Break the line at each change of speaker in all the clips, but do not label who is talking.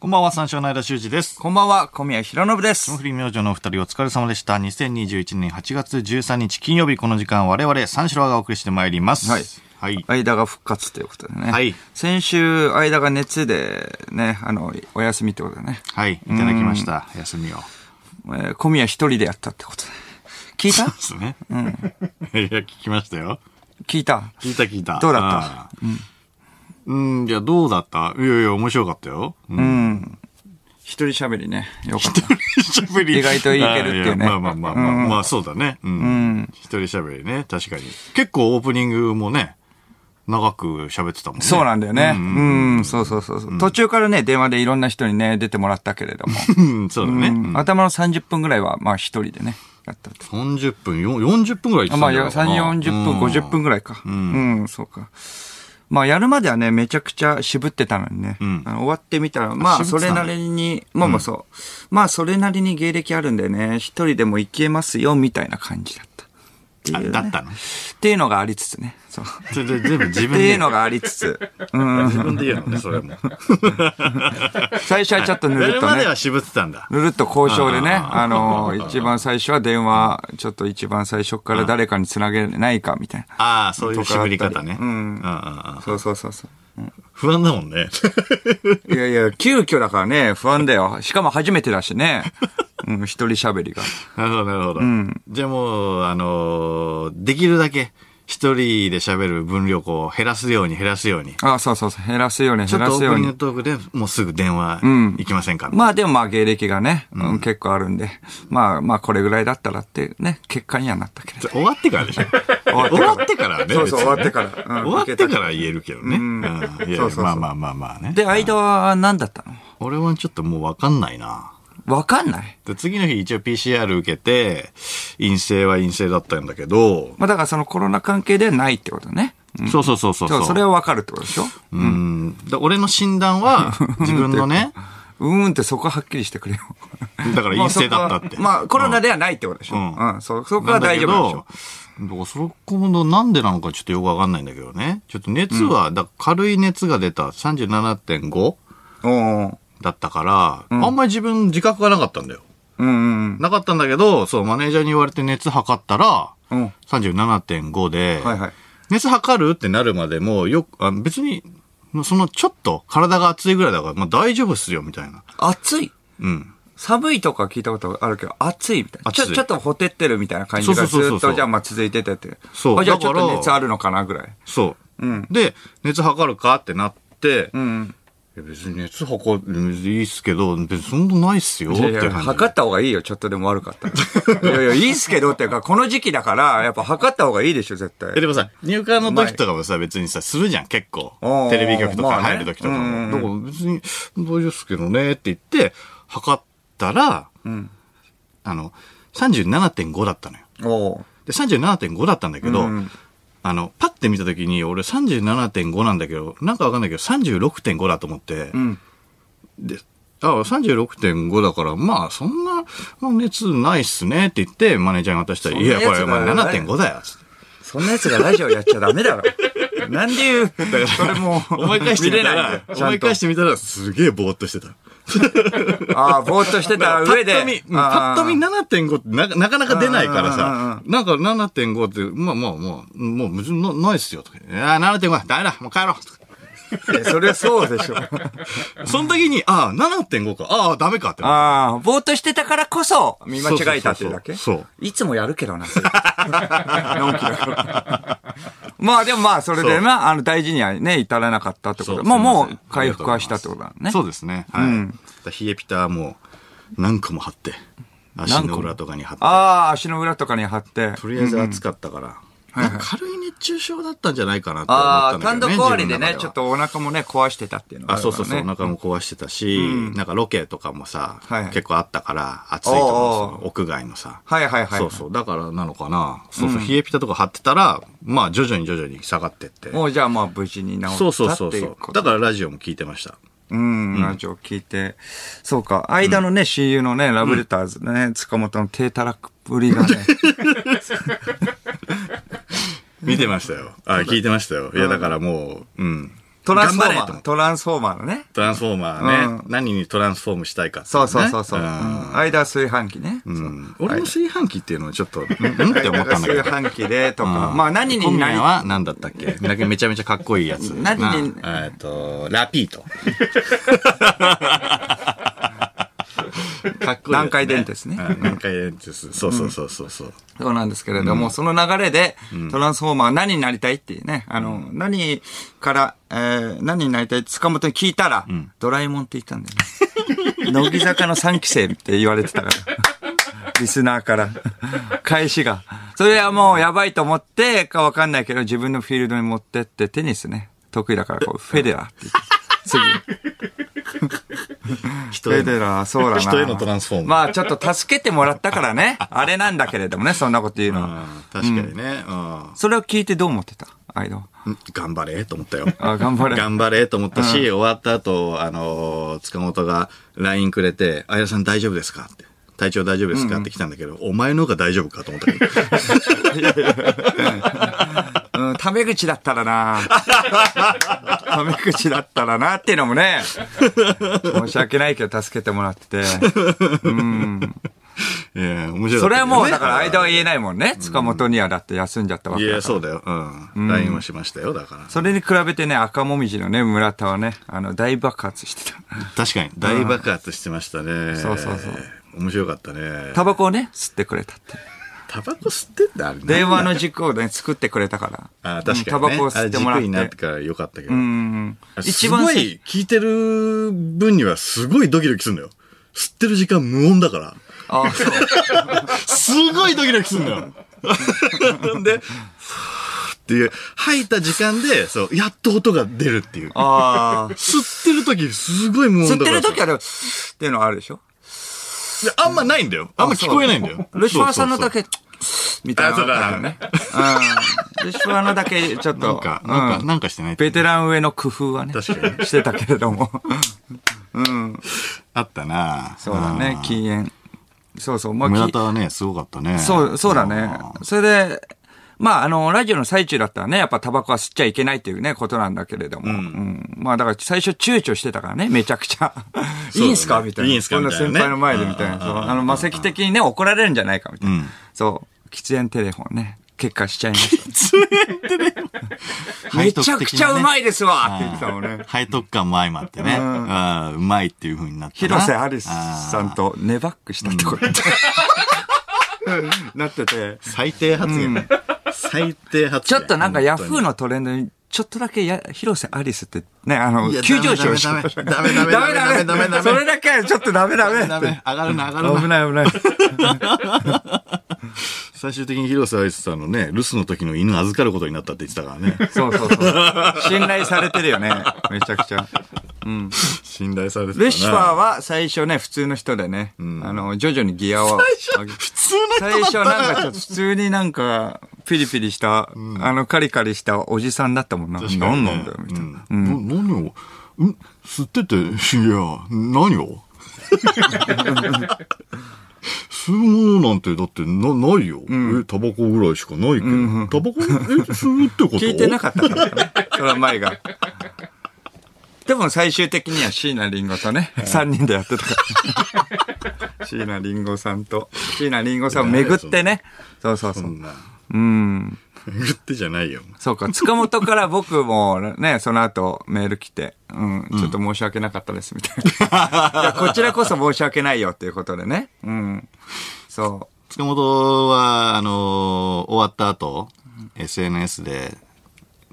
こんばんは、三章の間修二です。
こんばんは、小宮弘信です
霜。降り明星のお二人お疲れ様でした。2021年8月13日金曜日この時間我々三四郎がお送りしてまいります。
はい
はい。
間が復活ということでね。
はい
先週、間が熱でね、あの、お休みってことでね。
はい。いただきました。休みを。
えー小宮一人でやったってことで。聞い
そう
た
ですね。 うん。いや、聞きましたよ。
聞いた
聞いた聞いた。
どう
っ
だ
たうん。うん、じゃあどうだったいやいや、面白かったよ。うん
うん。一人喋りね。よかった。
喋り
意外といけるっていうね
あやまあまあまあまあ、まあそうだね。うん。一人喋りね、確かに。結構オープニングもね、長く喋ってたもんね。
そうなんだよね。うん、そうそうそうそう。途中からね、電話でいろんな人にね、出てもらったけれど も。
うん、そうだね。
うん頭の30分ぐらいは、まあ一人でね、やったって。
30分、よ40分ぐらい行ってたん
まあ、
じゃな
3、
いかな
40分、50分ぐらいか。うん、そうか。まあ、やるまではね、めちゃくちゃ渋ってたのにね。
ん
あの終わってみたら、まあ、
渋
そ
って
れ
たの
なりに、まあまあそう。まあ、それなりに芸歴あるんでね、一人でも行けますよ、みたいな感じだった。っていう、ね。
あだったの
っていうのがありつつね。そう。っ
それで全部自
て
分
い
で
う。のがありつつ。うん。
自分で言うのね、そ れも。
最初はちょっとぬ
や
る
る
っと
ま
ね
で。は渋ってたんだ。
ぬるっと交渉でね、
あ
あの、一番最初は電話、ちょっと一番最初から誰かにつなげないかみたいな。
ああ、そういう
とかあ
渋
ったり
り方ね。
うん
うんうんうん
そうそうそうそう。
不安だもんね。
いやいや、急遽だからね、不安だよ。しかも初めてだ しね。うん、一人喋りが。
なるほど、なるほど。じゃあもう、あのーできるだけ一人で喋る分量をこう減らすように減らすように。
あそうそうそう、減らすように、
ちょ
減
っ
ら
とオ
す
ー
よ
プ
う
ニング
に。
トークでもうすぐ電話
ん
行きませんか、
まあでもまあ芸歴がね、うん、結構あるんで、まあまあこれぐらいだったらってね、結果にはなったけれど。
終わってからでしょ。終
終
わってからね。
そうそ
別
う、終
に
わ
ね
ってから。うん
終わってから言えるけどね。うんいやいや
そうそうそう
まあまあまあまあね。
で、間は何だった
俺はちょっともうわかんないな。
のわかんない。
で次の日一応 PCR 受けて、陰性は陰性だったんだけど、
まあだからそのコロナ関係ではないってことね。
そうそうそうそう。
そうう、それはわかるってことでしょ
うん。で俺の診断 は、自分のね、
うーんってそこははっきりしてくれよ。
だから陰性だったって。
まあそこはまあコロナではないってことでしょ。
う
うんん、そ、そこは大丈夫でしょ。
なんだけどだからそこもなんでなのかちょっとよくわかんないんだけどね。ちょっと熱は、だ軽い熱が出た 37.5?
おー
だったから、あんまり自分自覚がなかったんだよ。
うんうん
なかったんだけど、そう、マネージャーに言われて熱測ったら、
うん。うん。
37.5で、
はいはい。
熱測るってなるまでも、よく、あ別に、そのちょっと体が熱いぐらいだから、まあ大丈夫っすよ、みたいな。
暑い
うん。
寒いとか聞いたことあるけど、暑いみたいな。ちょ、
暑い
ちょっとほてってるみたいな感じ
そう
が
そ
ず
うそうそう
っと、じゃあまあ続いててって。
そう
あじゃあちょっ
だから
と熱あるのかなぐらい。
そう。
うん
で、熱測るかってなって、
う
い
ん。
や別に熱測る、いいっすけど、別にそんなないっすよ、っ
いやい
て
や、
感じ。
測った方がいいよ、ちょっとでも悪かったら。 いやいや、いいっすけどっていうか、この時期だから、やっぱ測った方がいいでしょ、絶対
え。でもさ、入会の時とかもさ、別にさ、するじゃん、結構
お。ー
テレビ局と
ま
か
あね
入る時とかも。
うん
だから別に、大丈夫っすけどね、って言って、測ったら、
ん
あの、37.5だったのよ。
おう
で、37.5だったんだけど、
うん
あの、パッて見た時に、俺37.5なんだけど、なんかわかんないけど、36.5だと思って、
うん。
で、あ36.5だから、まあ、そんな、まあ熱ないっすねって言って、マネージャーに渡したら、
そん
い
なや
や、こ
つ
れ、
だ
まあ、
よ
7.5だよ、つっ て。
そんな奴がラジオやっちゃダメだろ。 なんで言う、それもう、
思い返して
見
み
れ
た
ない
ら
ん、だよちゃ
思
ん
い
と
返し。てみたら、すげえぼーっとしてた。
ああ、ぼーっとして
だか
た
らパ
上
ッ
で
と見、うん、。パッ
あ
と見
ー
7.5ってななかなか出ないからさ、
う
なんか7.5って、まあまあまあ、もう別になないっすよ、とか。いや、7.5、ダメだ、もう帰ろう、とか。
いやそりゃそうでしょ。
その時に、ああ、7.5か。ああ、ダメかって。
ああ、ぼーっとしてたからこそ、見間違えたっていうだけ
そうそうそう
いつもやるけどな、それのんきだからまあでもまあ、それでな、あの、大事にはね、至らなかったってことで。もう、もう、回復はしたってことだね。
そう
う。
ですね。はい。だから冷えピタも何個も貼って、足の裏とかに貼って。
ああ、足の裏とかに貼って。
とりあえず暑かったから。なんか軽い熱中症だったんじゃないかなって思
ああ、
ったん
単
だ
独
けどね。
終わりで
自分の中
ね、
は
ちょっ。とお腹もね、壊してたっていうのが
あ、
る
そ
か
うそ
ら
うそう、お
ね
腹も壊してたし、なんかロケとかもさ
はい、
結構あったから、暑いと
おう
思う
お
屋外のさ。
はいはいはい。
そうそう。だからなのかな。そうそう。冷えピタとか貼ってたら、まあ徐々に徐々に下がってって。
もうじゃあまあ、無事に治ったっていう
そ
こ
う
と
そうそうそう。だからラジオも聞いてました。
うん、ラジオ聞いて。そうか、間のね、親友のね、ラブレターズのね、塚本の低たらくぶりがね、
見てましたよ。あ、聞いてましたよ。いや、だからもう、うん。
トランスフォーマ
頑張れ
ー。
と
トランスフォーマーのね。
トランスフォーマーね、
う
何にトランスフォームしたいかってい
そう
ね
そうそうそう。うん
ん
間は炊飯器ね。そう
うん俺も炊飯器っていうのはちょっと、んんって思ったんだけ
炊
ど。
飯器でとか。
うん
まあ何に
今
なり
夜は何だったっけなんかめちゃめちゃかっこいいやつ。
何に
なえっと、ラピー ト。かっこいいやつね。
南海電鉄ね
うん南海電鉄。そうそうそうそうそう。
そうなんですけれども、その流れで、トランスフォーマー何になりたいっていうね、あの、何から、えー何になりたいって塚本に聞いたら、ドラえもんって言ったんだよね。 乃木坂の3期生って言われてたから。 リスナーから。返しが。それはもうやばいと思ってかわかんないけど、自分のフィールドに持ってって、テニスね。得意だから、こう、フェデラーって言って。 次。
人
フ
へ
ェ
の
デラー、そうだな。
人へのトランスフォーム
まあちょっと助けてもらったからね。 あれなんだけれどもね、そんなこと言うのは。
うん確かにね。うん
それを聞いてどう思ってたアイドル。
頑張れと思った よ。
あ、頑張れ。
頑張れと思ったし、終わった後、あのー塚本が LINE くれて、あやさん大丈夫ですかって。体調大丈夫ですかって来たんだけど、お前の方が大丈夫かと思 ったけど。
うん、タメ口だった らなタメ口だったらなっていうのもね、申し訳ないけど助けてもらって。
いや面白い、
それはもう、だから間は言えないもんね。塚本にはだって休んじゃったわ
い
け
や、
だから。
そうだよ。うん。LINE はしましたよ、だから。
それに比べてね、赤もみじのね、村田はね、あの、大爆発してた。
確かに、大爆発してましたね。
そうそうそう。
面白かったね。
タバコをね、吸ってくれたって。
タバコ吸ってんだ、あれね。
電話の軸をね、作ってくれたから。
あ、確かに、ね。
うんタバコを吸ってもら
あれ軸にな
っ
って
て。
からよかったけど。
うん。
一番すごい、聞いてる分にはすごいドキドキするのよ。吸ってる時間無音だから。
あ、そう。
すごいドキドキするのよ。で、ふーっていう、吐いた時間で、そう、やっと音が出るっていう。
あ あ。
吸ってる時、すごい無音
吸っ
だ
て
から
る
さ。
時はでも、っていうのはあるでしょ
いやあんまないんだよ。あんま聞こえないんだよ。
ルシファーさんのだ
そうそう
け、みたいなのがあるよね。うん。ルシファーのだけ、ちょっ
そう。
と、
なんか、なん
う
か、
ん
なんかしてない。
ベテラン上の工夫はね、
確かに
してたけれども。
あったな
そうだね、
ん
禁煙。そうそう、まあ、
村
き
田はね、すごかったね。
そう、そうだね
ん。
それで、まあ、あの、ラジオの最中だったらね、やっぱタバコは吸っちゃいけないっていうね、ことなんだけれども。うん。まあ、だから最初躊躇してたからね、めちゃくち ゃ。いいんすかみたいな。
いいんすか
こ
み
な
たいなね
先輩の前でみたいな。そうあの、魔石的にね、怒られるんじゃないかみたいな。そう。喫煙テレフォンね。結果しちゃいました。 めちゃくちゃうま
い。
いですわって言ってたもんね。
背徳感も相まってね。うんうまいっていう風になったな。
広瀬アリスさんとネバックしたってこと なってて。
最低発言。最低発
ち
言。
ょっとなんかヤフー
の
のトレンドに、ちょっとだけや広瀬アリスってね、あの
いや、
急上昇して
ダメダメダメダメダメダメダメダメダメ
それだけはちょっとダメダ メ。
ダメ。上がるな、上がるな。
危ない危ない。
最終的に広瀬アリスさんのね、留守の時の犬預かることになったって言ってたからね。
そうそうそう。信頼されてるよね。めちゃくちゃ。
信頼されてたな。
ルシファーは最初ね、普通の人でね、あの、徐々にギアを上げ
普通の
最初なんかちょっと普通になんか、ピリピリした、あの、カリカリしたおじさんだったもんな。
確か
何
にね
なんだよ、みたいな。
うんな何を、うん吸ってて、いや、何を 吸うものなんて、だって、な、ないよ。え、タバコぐらいしかないけど。タバコ、え、吸うって こと
聞いてなかったからね。その前が。でも最終的には椎名林檎とね、3人でやってたから。椎名林檎さんと、椎名林檎さんを巡ってね。そうそうそうう。
んな
うん。
言ってじゃないよ。
そうか、塚本から僕もね、その後メール来て、うん、ちょっと申し訳なかったです、みたいな。いやこちらこそ申し訳ないよっていうことでね。うん。そ
塚本は、あのー終わった後、SNS で、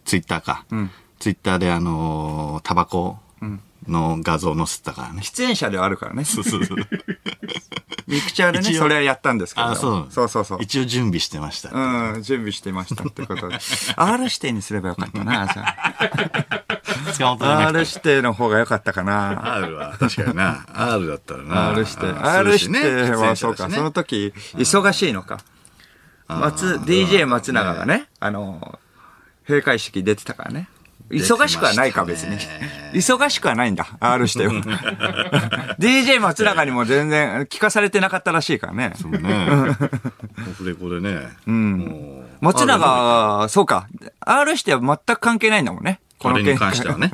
ツイッターか。ツイッターで、あのータバコの画像載せてたからね
う。。出演者ではあるからね。
そうそうそう。
ミクチャーでね、
一応
それはやったんですけど。
あ、そう。
そうそうそう。
一応準備してました。
うん、準備してましたってこと で。R 指定にすればよかったな、じゃ
塚本じゃ
あ。
なく
R
て
指定の方がよかったかな。
R は、確かにな。R だったらな。
R 指定。
あ
R 指定は、
す
そ
る
う
しね
か、その時、忙しいのか。松、DJ 松永がね、あの、閉会式出てたからね。忙しくはないか、
出
別
て
に
ましたね。
忙しくはないんだ、R 指定 は。DJ 松永にも全然聞かされてなかったらしいからね。
そうね。オフレコでね。うん。
松永、そうか。R 指定は全く関係ないんだもんね。
あれに関しては ね。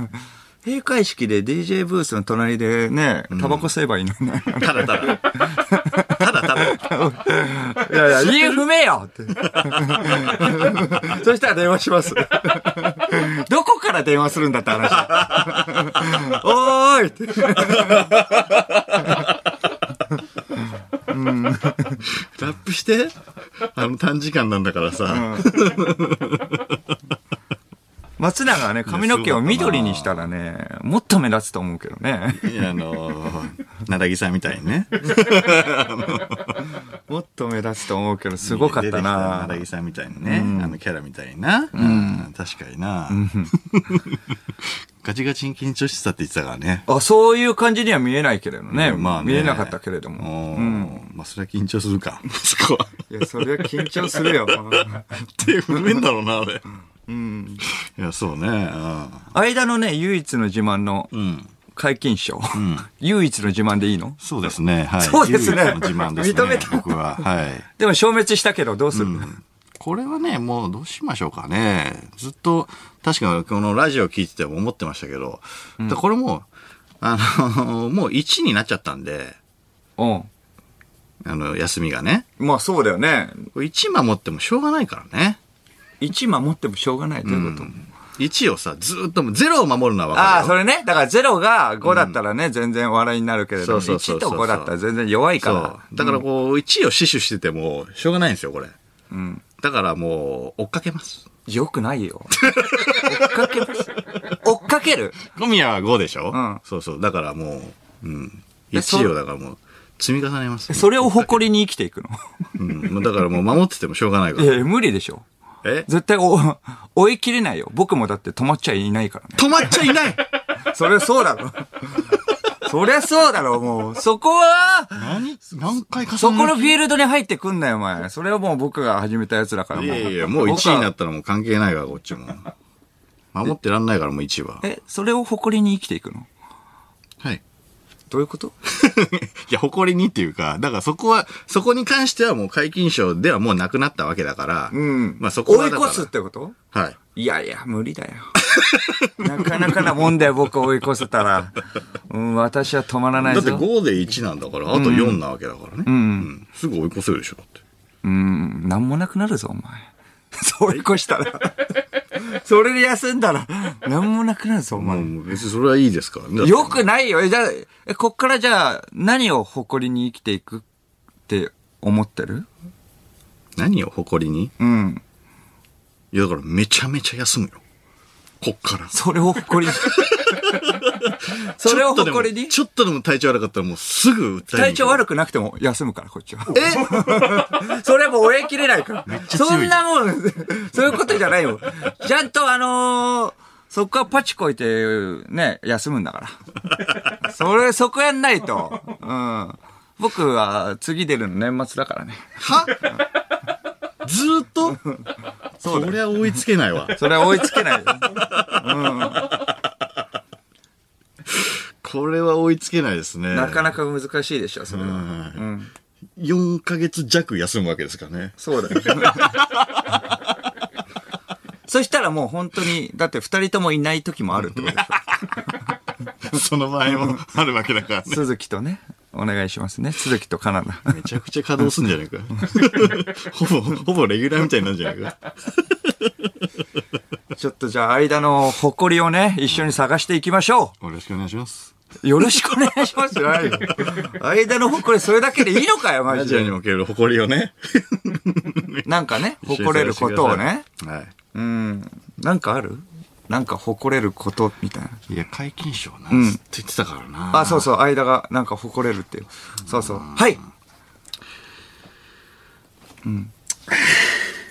閉会式で DJ ブースの隣でね、タバコ吸えばいいのにね。
ただただ。ただただ。
い やいや、理由不明よって。そしたら電話します。どこから電話するんだって話。 おーいって。
ラップして、あの短時間なんだからさ。
松永はね、髪の毛を緑にしたらね、もっと目立つと思うけどね。
いやあの、なだぎさんみたいにね。
もっと目立つと思うけど、すごかっ
出てきた
たな
なだぎさんみたいにね。あのキャラみたいな。うん。確かにな。 ガチガチに緊張してたって言ってたからね。
あ、そういう感じには見えないけれどね。見えなかったけれど
も。
も。
うんまあ、それは緊張するか。そこは。
いや、 それは緊張する よ。
手震えんだろうな、俺。うん。いや、そうね。あ
間のね、唯一の自慢の
ーうん。
解禁賞。 唯一の自慢でいいの
そうですね。はい。
そうですね
唯一の自慢ですね。
認めた
僕は。はい。
でも消滅したけど、どうする、
これはね、もうどうしましょうかね。ずっと、確かこのラジオ聞いてても思ってましたけど、だこれもう、あの、 もう1になっちゃったんで、
うん。
あの、休みがね。
まあそうだよね。
これ1守ってもしょうがないからね。
1守ってもしょうがないということも。
1をさ、ずーっともう0を守るのは分
ああ、
か
そ
るよ。
れね。だから0が5だったらね、全然笑いになるけれども、
そうそうそ
1
うそ
と
う
5だったら全然弱い
そ
か
う。だからこう、1を死守してても、しょうがないんですよ、これ。
ら。うん。
だからもう、追っかけます。
よくないよ。追っかけます。 追っかける
小宮は5でしょ
うん
そうそう。だからもう、うん。
えそ
1をだからもう、積み重ねます。
それを誇りに生きてい くの。
うん。だからもう守っててもしょうがないか
い
ら。
や、無理でしょ。
え
絶対お、追い切れないよ。僕もだって止まっちゃいないからね。
止まっちゃいない
そりゃそうだろ。 そりゃそうだろ、もう。そこは、
何何回重な
そこのフィールドに入ってくんなよ、お前。それはもう僕が始めたやつだから。
い
も
や
う
いやいや、もう1位にな
僕は
ったらもう関係ないから、こっちも。守ってらんないから、もう1位は。
え、それを誇りに生きていくの
はい。
どういうこと
いや、誇りにっていうか、だからそこは、そこに関してはもう解禁賞ではもうなくなったわけだから、
うん。
まあそこは
追い
だから
越すってこと
はい。
いやいや、無理だよ。 なかなかなもんだよ、僕追い越せたら。うん、私は止まらない
だって
ぞ。
5で1なんだから、あと4なわけだからね。うん。すぐ追い越せるでしょ、だって。
うん、なんもなくなるぞ、お前。 そう追い越し たら。それで休んだら、なんもなくなるぞ、お前。
もう別にそれはいいですからね。だって
よくないよ。えじゃあ、えこっからじゃあ、何を誇りに生きていくって思ってる
何を誇りに
うん。
いや、だからめちゃめちゃ休むよ。こっから。
それを誇り に。それを誇りに
ちょっとでもちょっとでも体調悪かったらもうすぐ訴えに行く
体調悪くなくても休むから、こっちは。え それはもう追い切れないから。そんなもん、 そういうことじゃないよ。ちゃんとあのーそこはパチこいて、ね、休むんだから。 それ、そこやんないと。うん。僕は次出るの年末だからね。
はずーっと
そうだ
そりゃ追いつけないわ。
それは追いつけない よ。
これは追いつけないですね。
なかなか難しいでしょ、それは。
はい
うん。
4ヶ月弱休むわけですからね。
そうだよ。そしたらもう本当に、だって二人ともいない時もあるってことでし
その場合もあるわけだから
ょ。
ね。
鈴木とね、お願いしますね。鈴木とカナダ。
めちゃくちゃ稼働すんじゃないか。 ほぼ、ほぼレギュラーみたいになるんじゃないか。
ちょっとじゃあ間の誇りをね、一緒に探していきましょ
よろしくお願いします。
う。よろしくお願いしますよ。はい間の誇り、それだけでいいのかよ、マ
ラ
ジ
ジオ
で。
における誇りをね。
なんかね、誇れることをね。
は
うん。なんかあるなんか誇れることみたいな。
い。いや、解禁賞な、
ん
ずっと言ってたからな。
あ、そうそう、間がなんか誇れるっていう。そうそう。はい。うん。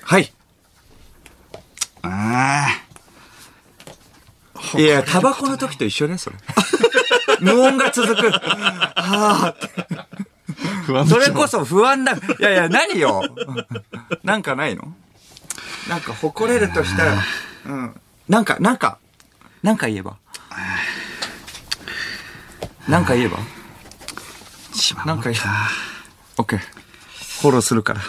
はい。
あ
いや、タバコの時と一緒ね、そ れ。無音が続く。
あ。不安
それこそ不安だ。いやいや、何よ。なんかないのなんか誇れるとしたら、うん。なんか、なんか、なんか言えば。なんか言えば。なんか言えば。オッケー。フォローする から。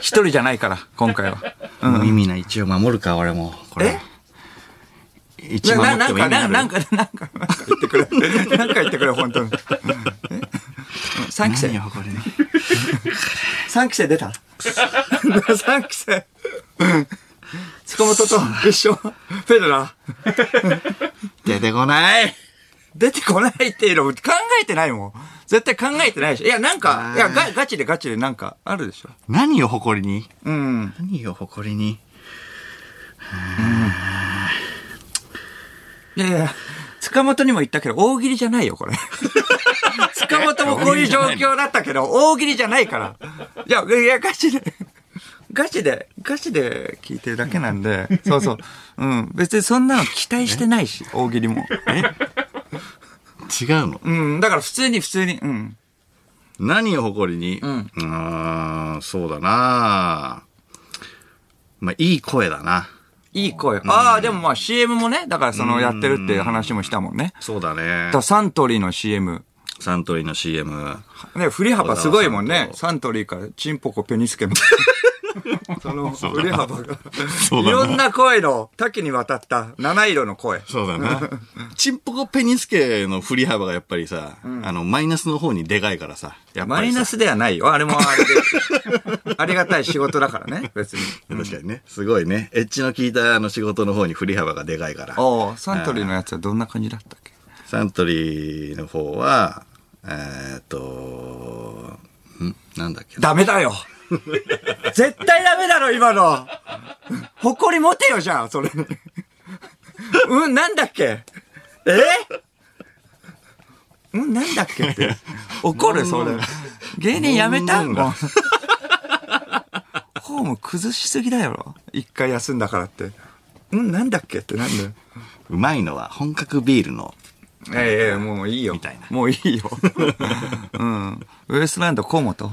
一人じゃないから、今回は。
無意味な一応守るか、俺も。これ
え
一番持ってもいいんだ
ななん
け
か、なんか、なんか、なんか言ってくれ。なんか言ってくれ、本当に。え三期
ど。い
生
や、これね。
三期生出 た三期生。塚本と一緒。フェデラー。
出てこない
出てこないっていうの考えてないもん。絶対考えてないでしょ。いや、なんか、いや、ガガチでガチでなんかあるでしょ。
何を誇りに
うん。
何を誇りに
いやいや、塚本にも言ったけど、大喜利じゃないよ、これ。塚本もこういう状況だったけど、大喜利じゃないから。いや、いや、ガチで。ガチで、ガチで聞いてるだけなんで、そうそう。うん。別にそんなの期待してないし、大喜利も。
違うの
うん。だから普通に、普通に。うん。
何を誇りにうんーん、そうだなまあ、いい声だな。
いい声。ああ、でもまあ CM もね、だからそのやってるっていう話もしたもんね。
そうだ
だ
ね
からサントリーの CM。
サントリーの CM。
ね、振り幅すごいもん
小沢さん
ね。
と
サントリーから、チンポコペニ スケも。その振り幅が。
うだない
ろんな声の、多岐にわたった、七色の声。
そうだな。チンポコペニスケの振り幅がやっぱりさ、あの、マイナスの方にでかいからさ。やっぱ
マ
り
イ
さ
ナスではないよ。あれもあれ で。ありがたい仕事だからね、別に。
確かにね。すごいね。エッジの効いたあの仕事の方に振り幅がでかいから。
おうサントリーのやつはどんな感じだったっけ
サントリーの方は、えーっと、んなんだっけ
ダメ だよ絶対ダメだろ、今の誇り持てよ、じゃあ、それに。うん、なんだっけえうん、なんだっけって。怒る、それ。芸人やめ
う
た
んんうん
もうフォーム崩しすぎだよ。一回休んだからって。うん、なんだっけってなんだよ。
うまいのは本格ビールの。
ええええ、もういいよ。
たいな
もういいよ。 うん。ウエストランド河本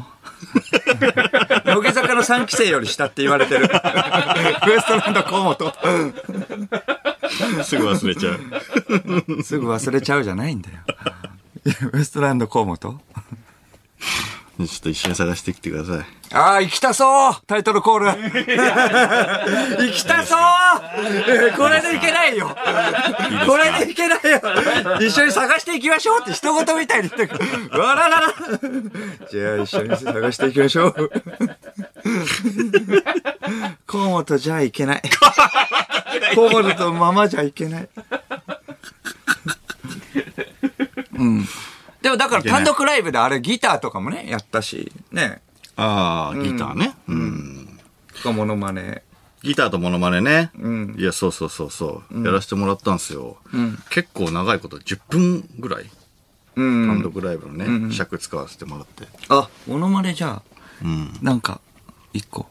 乃木坂の3期生より下って言われてる。 ウエストランド河本。
すぐ忘れちゃう。
すぐ忘れちゃうじゃないんだよ。いや ウエストランド河本
ちょっと一緒に探してきてください。
ああ、行きたそうタイトルコール。 行きたそうこれでいけないよこれでいけないよ一緒に探していきましょうって人事みたいに言ってくる。わらららじゃあ一緒に探していきましょう。河本じゃいけない。河本とママじゃいけない。うん。でもだから単独ライブであれギターとかもね、やったし、ね。
ああ、ギターね。うん。
とかモノマネ。
ギターとモノマネね。
ん
いや、そうそうそうそう。やらせてもらったんですよ。結構長いこと、10分ぐらい、
うん。
単独ライブのね、尺使わせてもらって。
あ、モノマネじゃあ、
うん。
なんか、一個。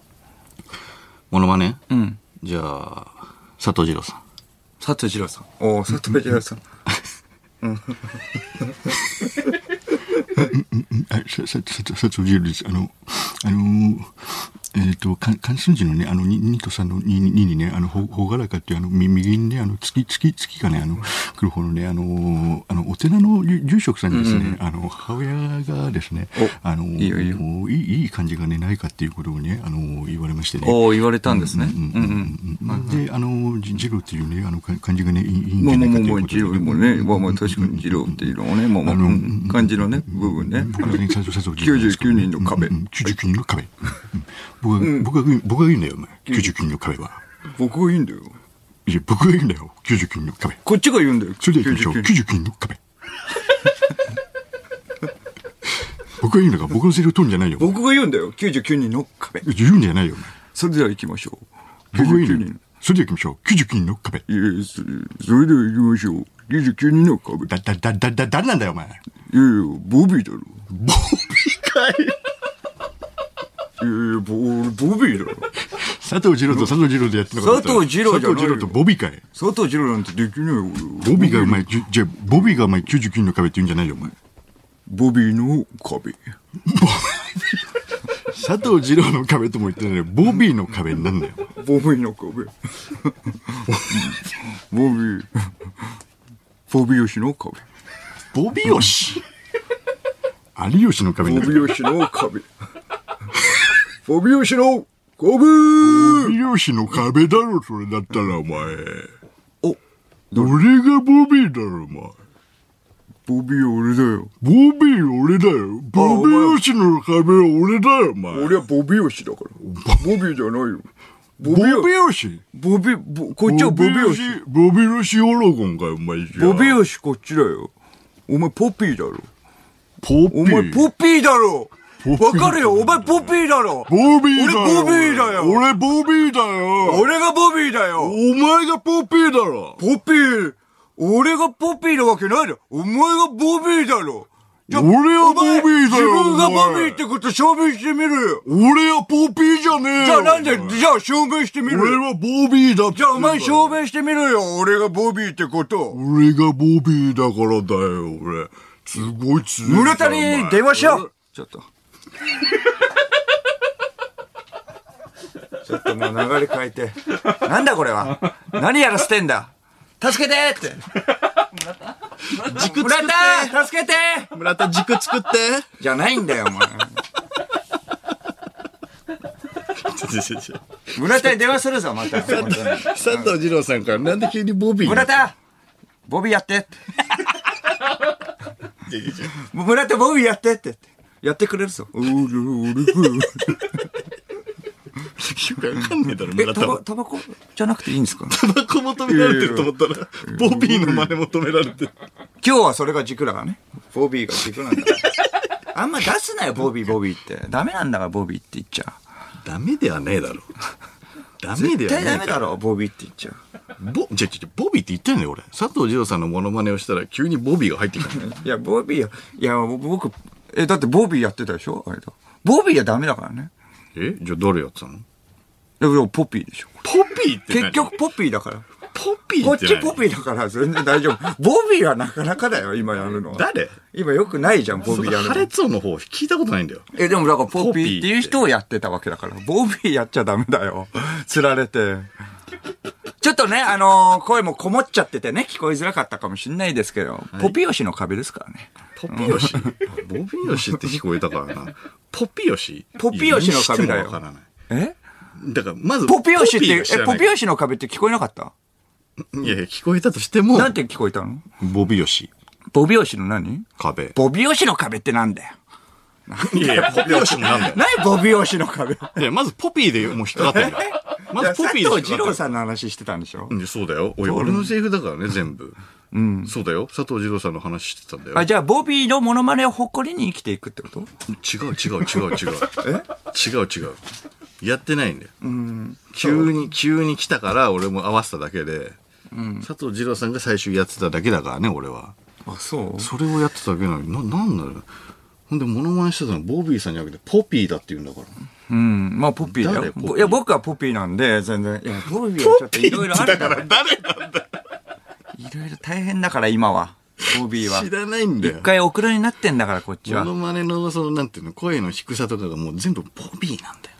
モノマネ
うん。
じゃあ、佐藤二郎さん。
佐藤二郎さん。おお佐藤二郎さん。
あさささ佐藤二郎です。あの、あのーえっ、と、か関数字のね、あの、2, 二と3の 2, にね、あの、ほほがらかっていう、あの、み右にね、あの、月、月、月がね、あの、来る方のね、あのーあの、お寺の住住職さんにですね、あの、母親がですね、あのー
いいよいいよ
いいいい感じがね、ないかっていうことをね、あのー言われましてね。
おお言われたんですね。
うんうんうんうんで、あのー、じジロっていうね、あの、か漢字がね、いいいいん
ま
じ
あま
ゃな
あ
い
ま
か
あ
という
まあ、二
ことで。
郎もね、まあまあ確かに二郎っていうのはね、まあまあ、うん感じのね、部分ね。
あの佐藤佐藤二郎です
99人の壁
うんうん99人の壁。うん僕が、僕が、僕が言うんだよ、お前。99人の壁は。
僕が言うんだよ。
いや、僕が言うんだよ、99人の壁。
こっちが言うんだよ。
それでは行きましょ
99
う。99人の壁。 僕が言うんだから、僕のセリフ取るんじゃないよ。
僕が言うんだよ。99人の壁。
言うんじゃないよ、
それでは行きましょう。
お前。僕が言うんだよ
人。。
それでは行きましょう。99人の壁。
いえ、それそれでは行きましょう。99人の壁。い
だ、だ、だ、だ、だ、誰なんだよ、お前。
やいや、ボビーだろ。ボビーかいいやいや、ボボビーだろ。
佐藤二郎と佐藤二郎でやってんのかと思ったら
佐藤二郎じゃないよ
佐藤二郎とボビーかい。
佐藤二郎なんてできないよ。俺
ボビーがお前、じゅじゃあボビーがお前99人の壁って言うんじゃないよ、お前。
ボビーの壁。
佐藤二郎の壁とも言ってないのにボビーの壁になんだよ。
ボビーの壁。 ボビー。ボビー吉の壁。
ボビヨシ有吉の壁に
ボ
な
ビ
る。
ー吉の壁。ボビー吉の壁
ボビヨシの壁だろ、それだったらお前。
お、
俺がボビーだろ、お前。
ボビーは俺だよ。
ボビー俺だよ。ボビー吉野の壁は俺だよ、お前。
俺はボビーヨシだから。ボビーじゃないよ。ボ
ボビ
ヨ
ー吉
ボビー、ボこっちはボビーヨシ。
ボビー吉オロゴンかよ、お前。
ボビー
ー
ヨシこっちだよ。お前ポピーだろ。
ポピー。
お前ポピーだろ。
ポピー
わかるよ、お前ポピーだろ。
ボビーだよ。
俺ボビーだよ
俺ボビーだよ。
俺がボビーだよ。
お前がポピーだろ。
ポピー。俺がポピーなわけないだろ。お前がボビーだろ。じゃあ
俺はボビーだよ
お前自分が
お前
ボビーってこと証明してみろよ。
俺はポピーじゃねえよ。
じゃあなんで、じゃあ証明してみろ
俺
よ。
はボビーだって
じゃあお前証明してみろよ。俺がボビーってことを。
俺がボビーだからだよ、俺。すごい強い。
村田に電話しようちょっと。 ちょっともう流れ変えて。なんだこれは何やらせてんだ助けてって
軸
村田助けて
村田軸作って。
じゃないんだよ、お前。村田に電話するぞ、また。本当に
佐藤二郎さんからなんで急にボビー
村田ボビーやってって。村田ボビーやってってって。やってくれるぞ。うるうるうる
わかんねえだろ、
え、
村
タ
田
バ
は。
タバコじゃなくていいんですか
タバコ求められてると思ったら、ボビーの真似求められてる。
今日はそれが軸だからね。ボビーが軸なんだ から。あんま出すなよ、ボビー、ボビーって。ダメなんだから、ボビーって言っちゃう。
ダメではねえ だろ。ダメで
絶
は
対ダ
ね
メ
え
だ
だろ。
ろ、ボビーって言っちゃう。
ボ、じゃじゃボビーって言ってんのよ、俺。佐藤二郎さんのモノマネをしたら急にボビーが入ってきたの。
いや、ボビーや、いや、僕、え、だってボビーやってたでしょあれだ。ボビーはダメだからね。
えじゃあどれやってたの
だからポピーでしょ。
ポピーって何
結、局ポピーだから。
ポピ
こ
ー
っ
って
ち
何
ポピーだから全然大丈夫。ボビーはなかなかだよ、今やるのは。
誰
今よくないじゃん、ボ
そ
ビ
の
ーやる
破
の。
裂音の方聞いたことないんだよ。
え、でもだからポ
ポピ
ピー
ー
っていう人をやってたわけだから。ボビーやっちゃダメだよ。釣られて。ちょっとね、あのー声もこもっちゃっててね、聞こえづらかったかもしんないですけど、ポピヨシの壁ですからね。
ポピヨシボビヨシって聞こえたからな。 ポピヨシ
ポピヨシの壁だよ
いや何してもわからない。
え
だから、まず、
ポピヨシっ
ピー
て
が、知
え、
らな
ポ
い
ピヨシの壁って聞こえなかった
いやいや、聞こえたとしても、
なんて聞こえたの
ボビヨシ、
ボビヨシの何
壁。
ボビヨシの壁ってなんだよ。
いやいや、ポピヨシもなんだよ。
何ボビヨシの 壁。
いや、まずポピーでもう引っかかってるから。まずポピーで引っかかって
佐藤
る
二郎さんの話してたんでしょ
うんそうだよ。おい俺のセリフだからね、全部。うん。そうだよ。佐藤二郎さんの話してたんだよ。
あ、じゃあ、ボビーのモノマネを誇りに生きていくってこと
違う違う違う違う。 え違う違う。やってないんだよ。急に、急に来たから俺も合わせただけで、佐藤二郎さんが最初やってただけだからね、俺は。
あ、そう
それをやってただけなのに、な、なんだろう。ほんで、モノマネしてたのはボビーさんじゃなくて、ポピーだって言うんだから。
うん。まあ、ポピーだ
誰
よ。
ポピー
ぼいや、僕はポピーなんで、全然。いや、ポピーはちょっといろいろあるから。い
誰なんだ
ろいろ大変だから、今は。ポビーは。
知らないんだよ
一。回オクラになってんだから、こっち
モ
は
ノ。マネの、その、なんていうの、声の低さとかがもう全部ポビーなんだよ。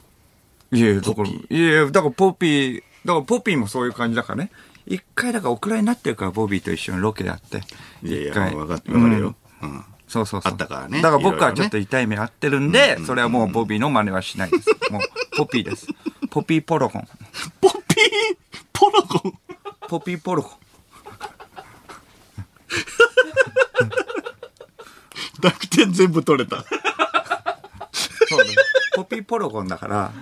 いやいや、だから、いやいや、だからポピー、だからポピーもそういう感じだからね。一回、だからオクラになってるから、ボビーと一緒にロケやって。
いやいや、
一回
分かって、分かる
う
よ
ん。そうそうそう。
あったからね
だから僕はちょっ
いろいろ
と
ね
痛い目合ってるんで、それはもうボビーの真似はしないです。もう、ポピーです。ポピーポロコン。
ポピーポロコン
ポピーポロコン。
濁点全部取れた。
そうね。ポピーポロコンだから、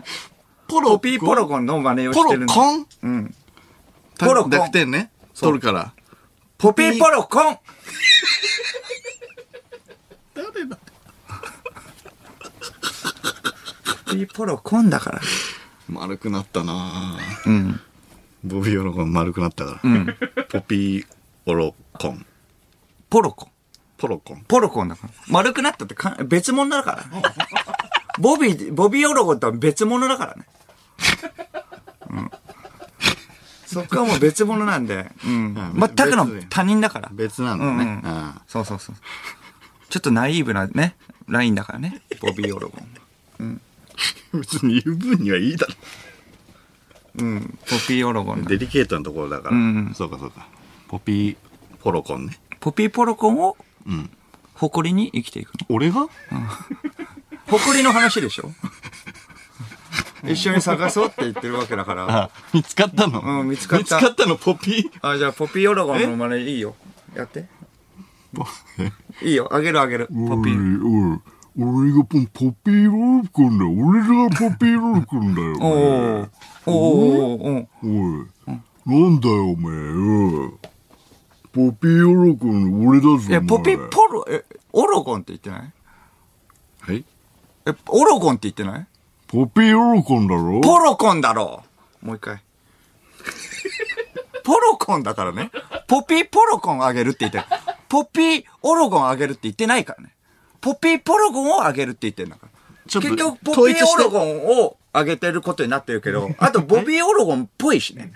ポロ
ポピーポロコンの真似を
ポ
して
ロ
るんで。
コン
うん。
ポ
ポロ
ロ
コ
コ
ン
ン濁点ね。取るから。
ポピーポロコン
誰だ
ポピーポロコンだから。
丸くなったなぁ
うん。
ボビーオロコン丸くなったから。ポピーオロコン。
ポロコン。
ポロコン。
ポロコンだから。丸くなったってか別物だから。ボビー、ボビーオロゴンとは別物だからね。うん。そこはもう別物なんで。うん。
あ
全くの
別
他人だから。
別なんだね。
うんうん
あ
そうそうそう。ちょっとナイーブなね、ラインだからね。ボビーオロゴン。
あ別に言う分にはいいだろ。
うん。ポピーオロゴンだ
デリケートなところだから。
うん
そうかそうか。ポピーポロコンね。
ポピーポロコンを
うん。
誇りに生きていくの。
俺が
誇りの話でしょ 一緒に探そうって言ってるわけだから。
あ、見つかったの
うん見つか
見
った
つかったの、ポピー。
あ、じゃあ、ポピーオロゴンの真似いいよ。やって。
え
いいよ。あげるあげる。ポピー。
おい俺がポポピーロール君だ俺がポピーロール君だよ
おーおーおーおー
おい、なんだよおめえよポピーオロ君俺だぞ
いや、
お前
ポピ、ポロ、え、オロゴンって言ってない
はい
え、オロゴンって言ってない
ポピーオロ君だろ
ポロコンだろうもう 一回。ポロコンだからね。ポピーポロコンあげるって言ってる。ポピーオロゴンあげるって言ってないからね。ポピーポロゴンをあげるって言ってるんだから。
ちょっと
結局、ポ
統
ピ
一
ー
し
オ
て
ロゴンをあげてることになってるけ ど、あとボビーオロゴンっぽいしね。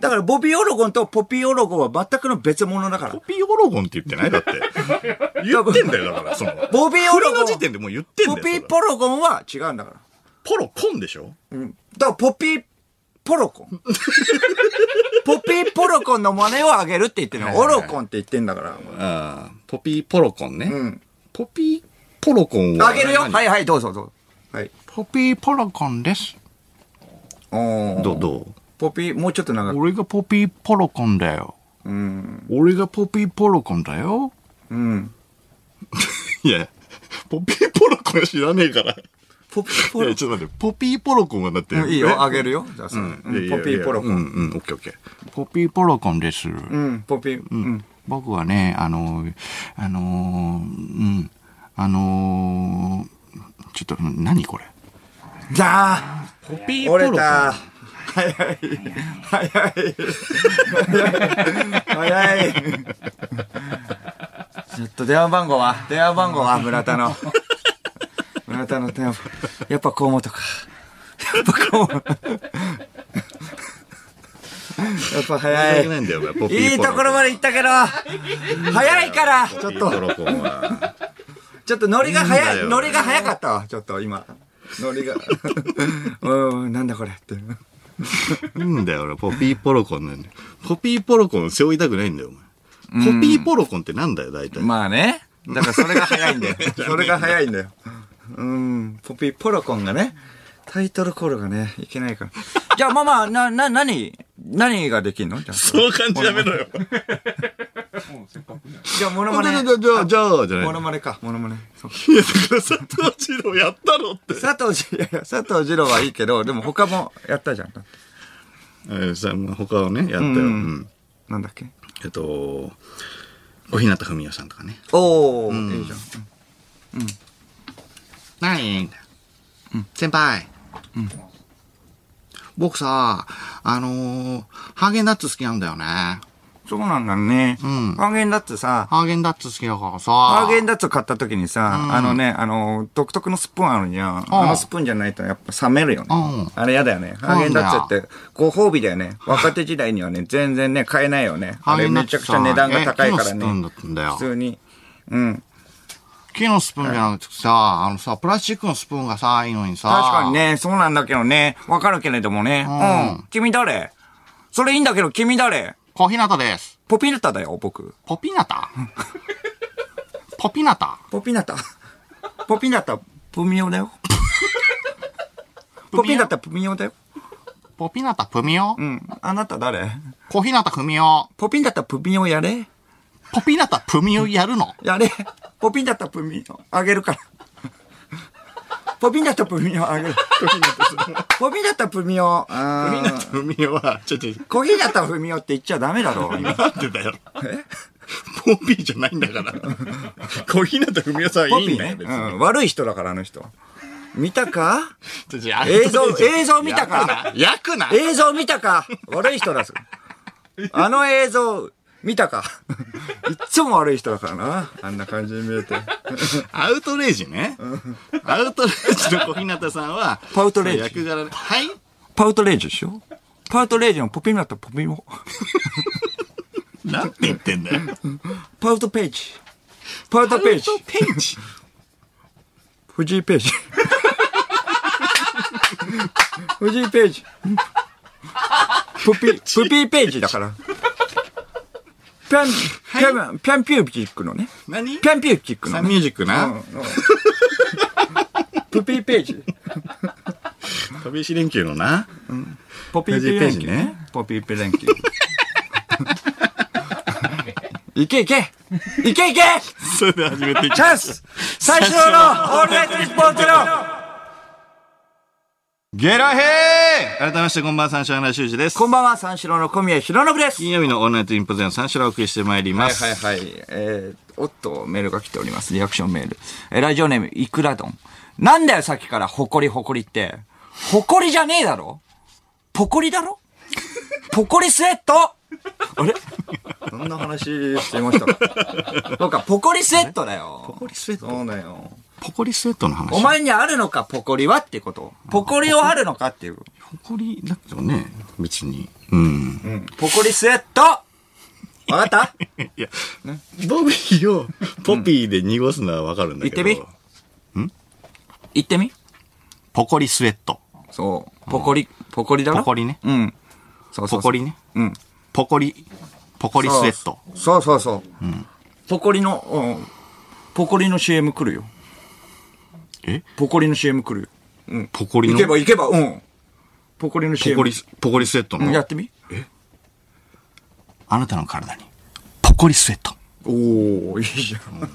だからボビーオロゴンとポピーオロゴンは全くの別物 だから
ポ。ピーオロゴンって言ってないだ って。言ってんだよ、だから、その。
ボビーオロゴ
振
ン
りの時点でもう言ってんだ
ポ
よ。
ピ
それ
ーポロゴンは違うんだから。
ポロコンでしょ
うんだからポピーポロ コン。ポピーポロコンの真似をあげるって言ってるの。オロコンって言ってんだから。
ああ、ポピーポロコンね。
ん
ポピーポロコンは。
あげるよ。
何
はいはい、どうぞどうぞ。はい。
ポピーポロ君です
おー
どう、どう
ポピー、もうちょっと長く。
俺がポピーポロ君だよ
うん。
俺がポピーポロ君だよ
うん。
いや、ポピーポロコンは知らねえから。
ポピーポ
い
ロ
や、ちょっと待って、ポピーポロコンはだって。
コン。いいよ、あ
あ
げるよ。じゃあそれうんポ
いやいやいや
ピーポロコ
う
ン。
んうん、オッケーオッケー。
ポピーポロ君です、
うん、ポピー。うん。
僕はね、あの、あの、うん、あの、ちょっと、何これ。
じゃあ、
ポピーポロコ
折れ
ン。
た。早い。早い。早い。ちょっと電話番号は電話番号は村田の。村田の電話番号。やっぱ河本か。やっぱ河本。やっぱ早
申し訳
い
な。いんだよ、ポピーポロコン。
いいところまで行ったけど、早いから、ちょっ
ポ
と、
ピーポロコンは。
ちょっとノリが
いいん
早
だ
い、
よ
ノリが早かったわ、ちょっと今。ノリが。 うん、なんだこれって。
いいんだよ、俺、ポピーポロコンなんだよ。ポピーポロコン背負いたくないんだよ、お前。ポピーポロコンってなんだよ、大体。
まあね。だからそれが早い んだよ。それが早いんだよ。うん。ポピーポロコンがね、タイトルコールがね、いけないから。じゃあまあまあ、な、な、何、何ができんのじゃあ、
その感じやめろよ。
じゃあモノ
じゃ
マ ネ
あ、じ。ゃあ、じゃあ、じゃあ、じゃない
モノマネか、モノマネ。そう
いや、だから佐藤二郎やったろって。
佐藤二、いやいや佐藤二郎はいいけど、でも他もやったじゃん。
えさ他をね、やったよ。
うん
うん
なんだっけ
えっと、小日向文世さんとかね。
おお、いいじゃん。
何先輩。僕さ、あのー、ハーゲンダッツ好きなんだよね。
そうなんだね。
ん
ハーゲンダッツさ、
ハーゲンダッツ好きだからさ。
ハーゲンダッツを買った時にさ、あのね、あの、独特のスプーンあるじゃん。あのスプーンじゃないとやっぱ冷めるよね
うん。
あれやだよね。ハーゲンダッツってご褒美だよね。若手時代にはね、全然ね、買えないよね。あれめちゃくちゃ値段が高いから
ハーゲンダ
ね
ッ。ツさえ木のスプーンだったんだよ
普。通に。うん。
木のスプーンじゃなくてさ、あのさ、プラスチックのスプーンがさ、いいのにさ。
確かに。ね、そうなんだけどね。わかるけれどもね。
うん
うん。君誰それいいんだけど、君誰
小日向です。
ポピナタだよ、僕。
ポピナタポピナタ
ポピナタ。ポピナタ、プミオだ よ。ポピナタ、プミオだよ。
ポピナタプミオ
うん。あなた誰
小日向文世。
ポピンだったらプミをやれ。
ポピナタプミオやるの
やれ。ポピンだったらプミをあげるから。ポピンだったらプミをあげる。ポピンだったらプミを。あー
プミオは、ちょっと、
コーヒーだったらプミをって言っちゃダメだろ。今
なんでだよ。ポピーじゃないんだから。小日向文世さん
ポ
はいい
ピ
んだよ、
ね、
別
う
に。
ん。悪い人だから、あの人。見たか映
映
像映像見たか
焼くな焼くな
映像見たか悪い人だぞ。あの映像、見たかいっつも悪い人だからな。あんな感じに見えて。
アウトレイジね。アウトレイジの小日向さんは、
パウトレイジ
役柄ね。はい
パウトレージでしょパウトレージのポピンだったらポピを。
なんて言ってんだよ。
パウトページ。パウトページ。
ペイチ。
藤井ページ。藤井ページ。プピ、プピーページだから。ピャン、ピャン、ピャンピューチックのね。
何
ピャンピューチック
サ
の
ンミ
ね。
ュージックな。
プピーページ。
飛び石連休のな。
ポピーピ連休
同じページね
ね。ポピーピ連休。いけいけいけいけ
それでは始めていき
チャンス最初のオールナイトニッポンゼロ
ゲラヘー改めましてこんばんは、三四郎の修二です。
こんばんは、三四郎の小宮弘信です。
金曜日のオールナイトインポゼン三四郎をお送りしてまいります。
はいはいはい。えー、おっと、メールが来ております。リアクションメール。えーラジオネーム、いくらどん。なんだよ、さっきから、ほこりほこりって。ほこりじゃねえだろポコリだろポコリスエットあれそんな話してましたかそうか、ポコリスエットだよ。ポ
ポコリスエット
そうだよ。
ポコリスエットの話。
お前にあるのか、ポコリはってこと。ポコリをあるのかっていう。
ポコリだけどね、別に。うん。
ポコリスエットわかった
いや、ボビーをポピーで濁すのはわかるんだけど。
言ってみ言ってみ
ポコリスエット。
そう。ポコリ、ポコリだろ
ポコリね
うん。そうそうそう
ポコリね。
うん。
ポコリ、ポコリスエット。
そうそうそうそう。ポコリの、うんポコリの CM 来るよ。
え
ポコリの CM 来るよ。
ポコリ
行
の
けば行けば、うん。ポコリの CM。
ポコリス、ポコリスエット
うんや
の
っ、てみ。
あなたの体に、ポコリスエット。
おおいいじゃん。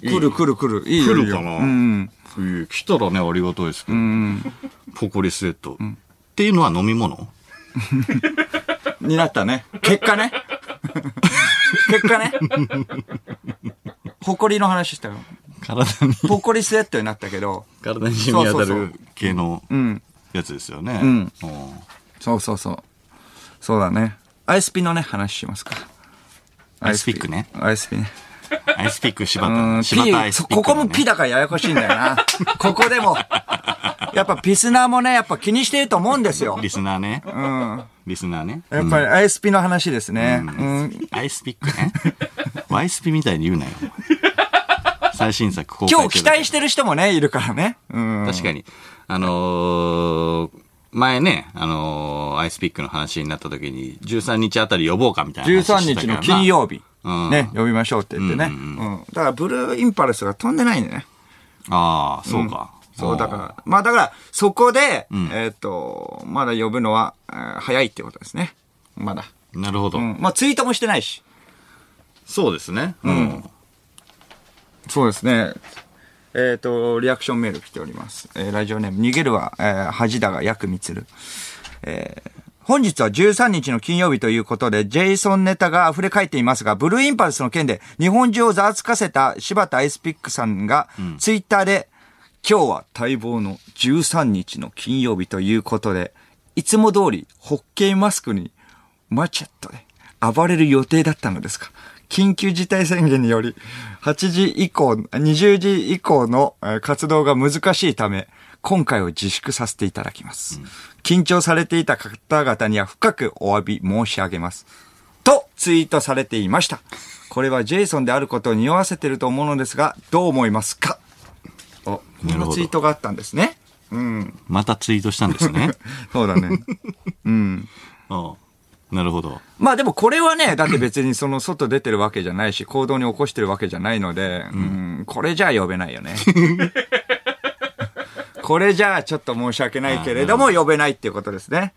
来る来る来る。いい
来
よ。
る
いいよ
かな
うん。
ええ来たらね、ありがたいですけど。ポコリスエット。っていうのは飲み物
になったね。結果ね。 結果ね。ほこりの話したよ。
体に、
ポコリスエットになったけど。
体に染み当た
そうそう
る系の
うん。
やつですよね。
ん
うん
そうそうそう。そうだね。アイスピのね、話しますか。
アイスピックね
アイスピね。
アイスピック柴
うん、
田。柴田アイ
P
ス
そ
ピックのね。
ここも P だからややこしいんだ よな。ここでも。やっぱピスナーもね、やっぱ気にしてると思うんですよ。
リスナーね。
うん。
リスナーね。
やっぱりアイスピの話ですね。うん。
アイスピックね。ワイスピみたいに言うなよ。最新作公開
今
というこ
日
とで
期待してる人もね、いるからね。うん。
確かに。あのー前ね、あのーアイスピックの話になった時に、13日あたり呼ぼうかみたいな話
13
してたから
日の
な
金。曜日
う。ん
ね、呼びましょうって言ってね。
う
うん。だからブルーインパルスが飛んでないんだね。
ああ、そうか。
そう、だ
あ
から、まあだから、そこで、えっ、と、まだ呼ぶのは、えー早いってことですね。まだ。
ー。なるほど、
うん。まあツイートもしてないし。
そうですね。うん。
そうですね。えっ、と、リアクションメール来ております。えーラジオネーム、逃げるは、えー恥だが、やくみつる。えー本日は13日の金曜日ということで、ジェイソンネタが溢れ返っていますが、ブルーインパルスの件で日本中をざわつかせた柴田アイスピックさんが、ツイッターで、今日は待望の13日の金曜日ということで、いつも通りホッケーマスクにマチェットで暴れる予定だったのですか緊急事態宣言により、8時以降、20時以降のえー活動が難しいため、今回を自粛させていただきます。緊張されていた方々には深くお詫び申し上げます。とツイートされていました。これはジェイソンであることを匂わせてると思うのですが、どう思いますかお、こん
なる
な
ほど
ツイートがあったんですね。
またツイートしたんです ね。
そうだね。
うんなるほど。
まあでもこれはね、だって別にその外出てるわけじゃないし、行動に起こしてるわけじゃないので、うん、これじゃ呼べないよね。 これじゃちょっと申し訳ないけれども、呼べないっていうことですね。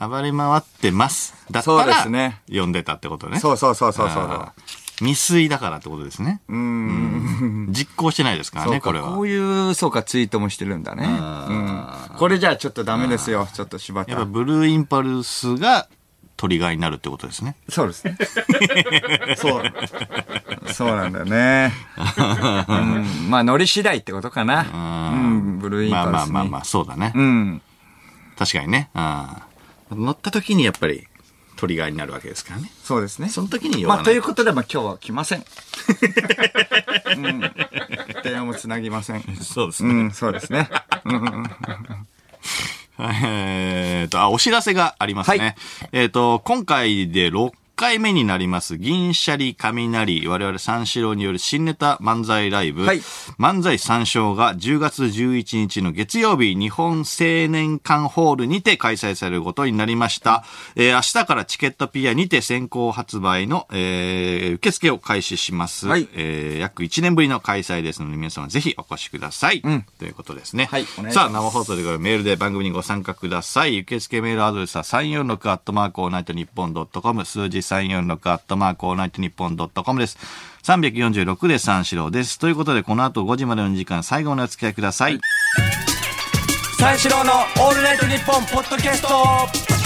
暴れ回ってます。だった
そうです
ら
ね、
呼んでたってことね。
そうそうそうそうそう。
あー未遂だからってことですね。うん実行してないですから
そう
ね、
か
これは。
こういう、そうか、ツイートもしてるんだね。うん、これじゃあちょっとダメですよ。ちょっと柴
やっぱ
田。
ブルーインパルスがトリガーになるってことですね。
そう ですね。そう。そうなんだよ ね。うん、まあ、乗り次第ってことかな。うん、ブルーイン
まあ
パルスに。
まあまあまあ、そうだね。
うん。
確かにね。あー乗った時にやっぱりトリガーになるわけですからね。
そうですね。
その時に呼ば
ま
な
あ、
い。
ということで、まあ、今日は来ません。うん、電話もつなぎません。
そうです
う
ね。
ん、そうですね。
えーっと、あ、お知らせがありますね。
はい
えーっと、今回で6回回目になります、銀シャリ雷、我々三四郎による新ネタ漫才ライブ、
はい
漫才三章が10月11日の月曜日、日本青年館ホールにて開催されることになりました。えー明日からチケットピアにて先行発売の、えー受付を開始します。
はい
えー約1年ぶりの開催ですので、皆様ぜひお越しください。ということですね。
はいお願いしま
さ
す
あ、生放送でございますメールで番組にご参加ください。受付メールアドレスは346アットマークオールナイトニッポンドットコム、数字346アットマークオールナイトニッポンドットコムです。346で三四郎です。ということで、この後5時までの2時間、最後までお付き合いください。
三四郎のオールナイトニッポンポッドキャスト